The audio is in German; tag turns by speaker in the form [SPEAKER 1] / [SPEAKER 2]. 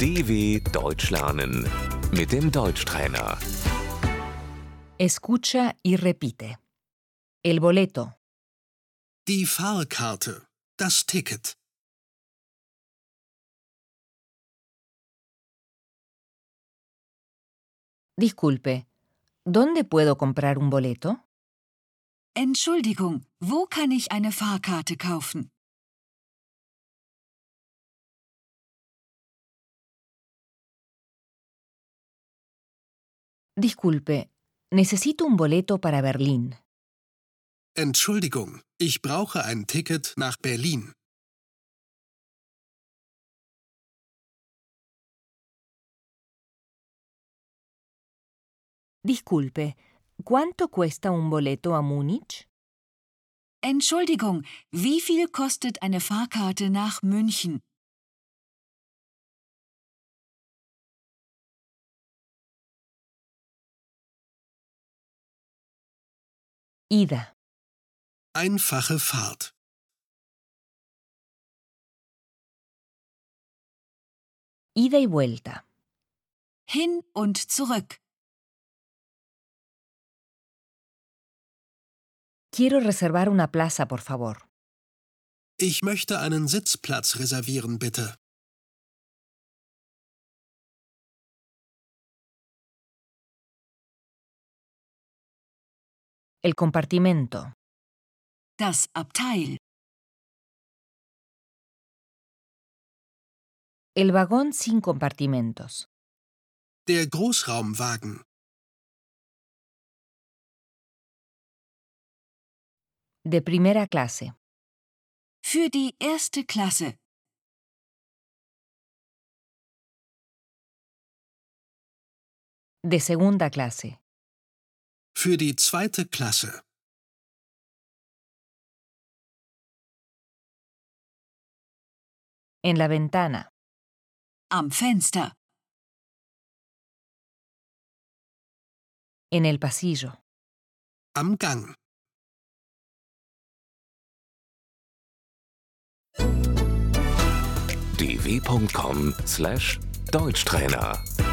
[SPEAKER 1] DW Deutsch lernen mit dem Deutschtrainer.
[SPEAKER 2] Escucha y repite. El boleto,
[SPEAKER 3] Die Fahrkarte. Das Ticket.
[SPEAKER 2] disculpe, ¿dónde puedo comprar un boleto?
[SPEAKER 4] Entschuldigung, wo kann ich eine Fahrkarte kaufen?
[SPEAKER 2] Disculpe, necesito un boleto para Berlín.
[SPEAKER 3] Entschuldigung, ich brauche ein Ticket nach Berlin.
[SPEAKER 2] Disculpe, ¿cuánto cuesta un boleto a Múnich?
[SPEAKER 4] Entschuldigung, wie viel kostet eine Fahrkarte nach München?
[SPEAKER 2] Ida.
[SPEAKER 3] Einfache Fahrt.
[SPEAKER 2] Ida y vuelta.
[SPEAKER 4] Hin und zurück.
[SPEAKER 2] Quiero reservar una plaza, por favor.
[SPEAKER 3] Ich möchte einen Sitzplatz reservieren, bitte.
[SPEAKER 2] El compartimento.
[SPEAKER 4] Das Abteil.
[SPEAKER 2] El vagón sin compartimentos.
[SPEAKER 3] Der Großraumwagen.
[SPEAKER 2] De primera clase.
[SPEAKER 4] Für die erste Klasse.
[SPEAKER 2] De segunda clase.
[SPEAKER 3] Für die zweite Klasse.
[SPEAKER 2] En la ventana.
[SPEAKER 4] Am Fenster.
[SPEAKER 2] En el pasillo.
[SPEAKER 3] Am Gang.
[SPEAKER 1] dw.com/deutschtrainer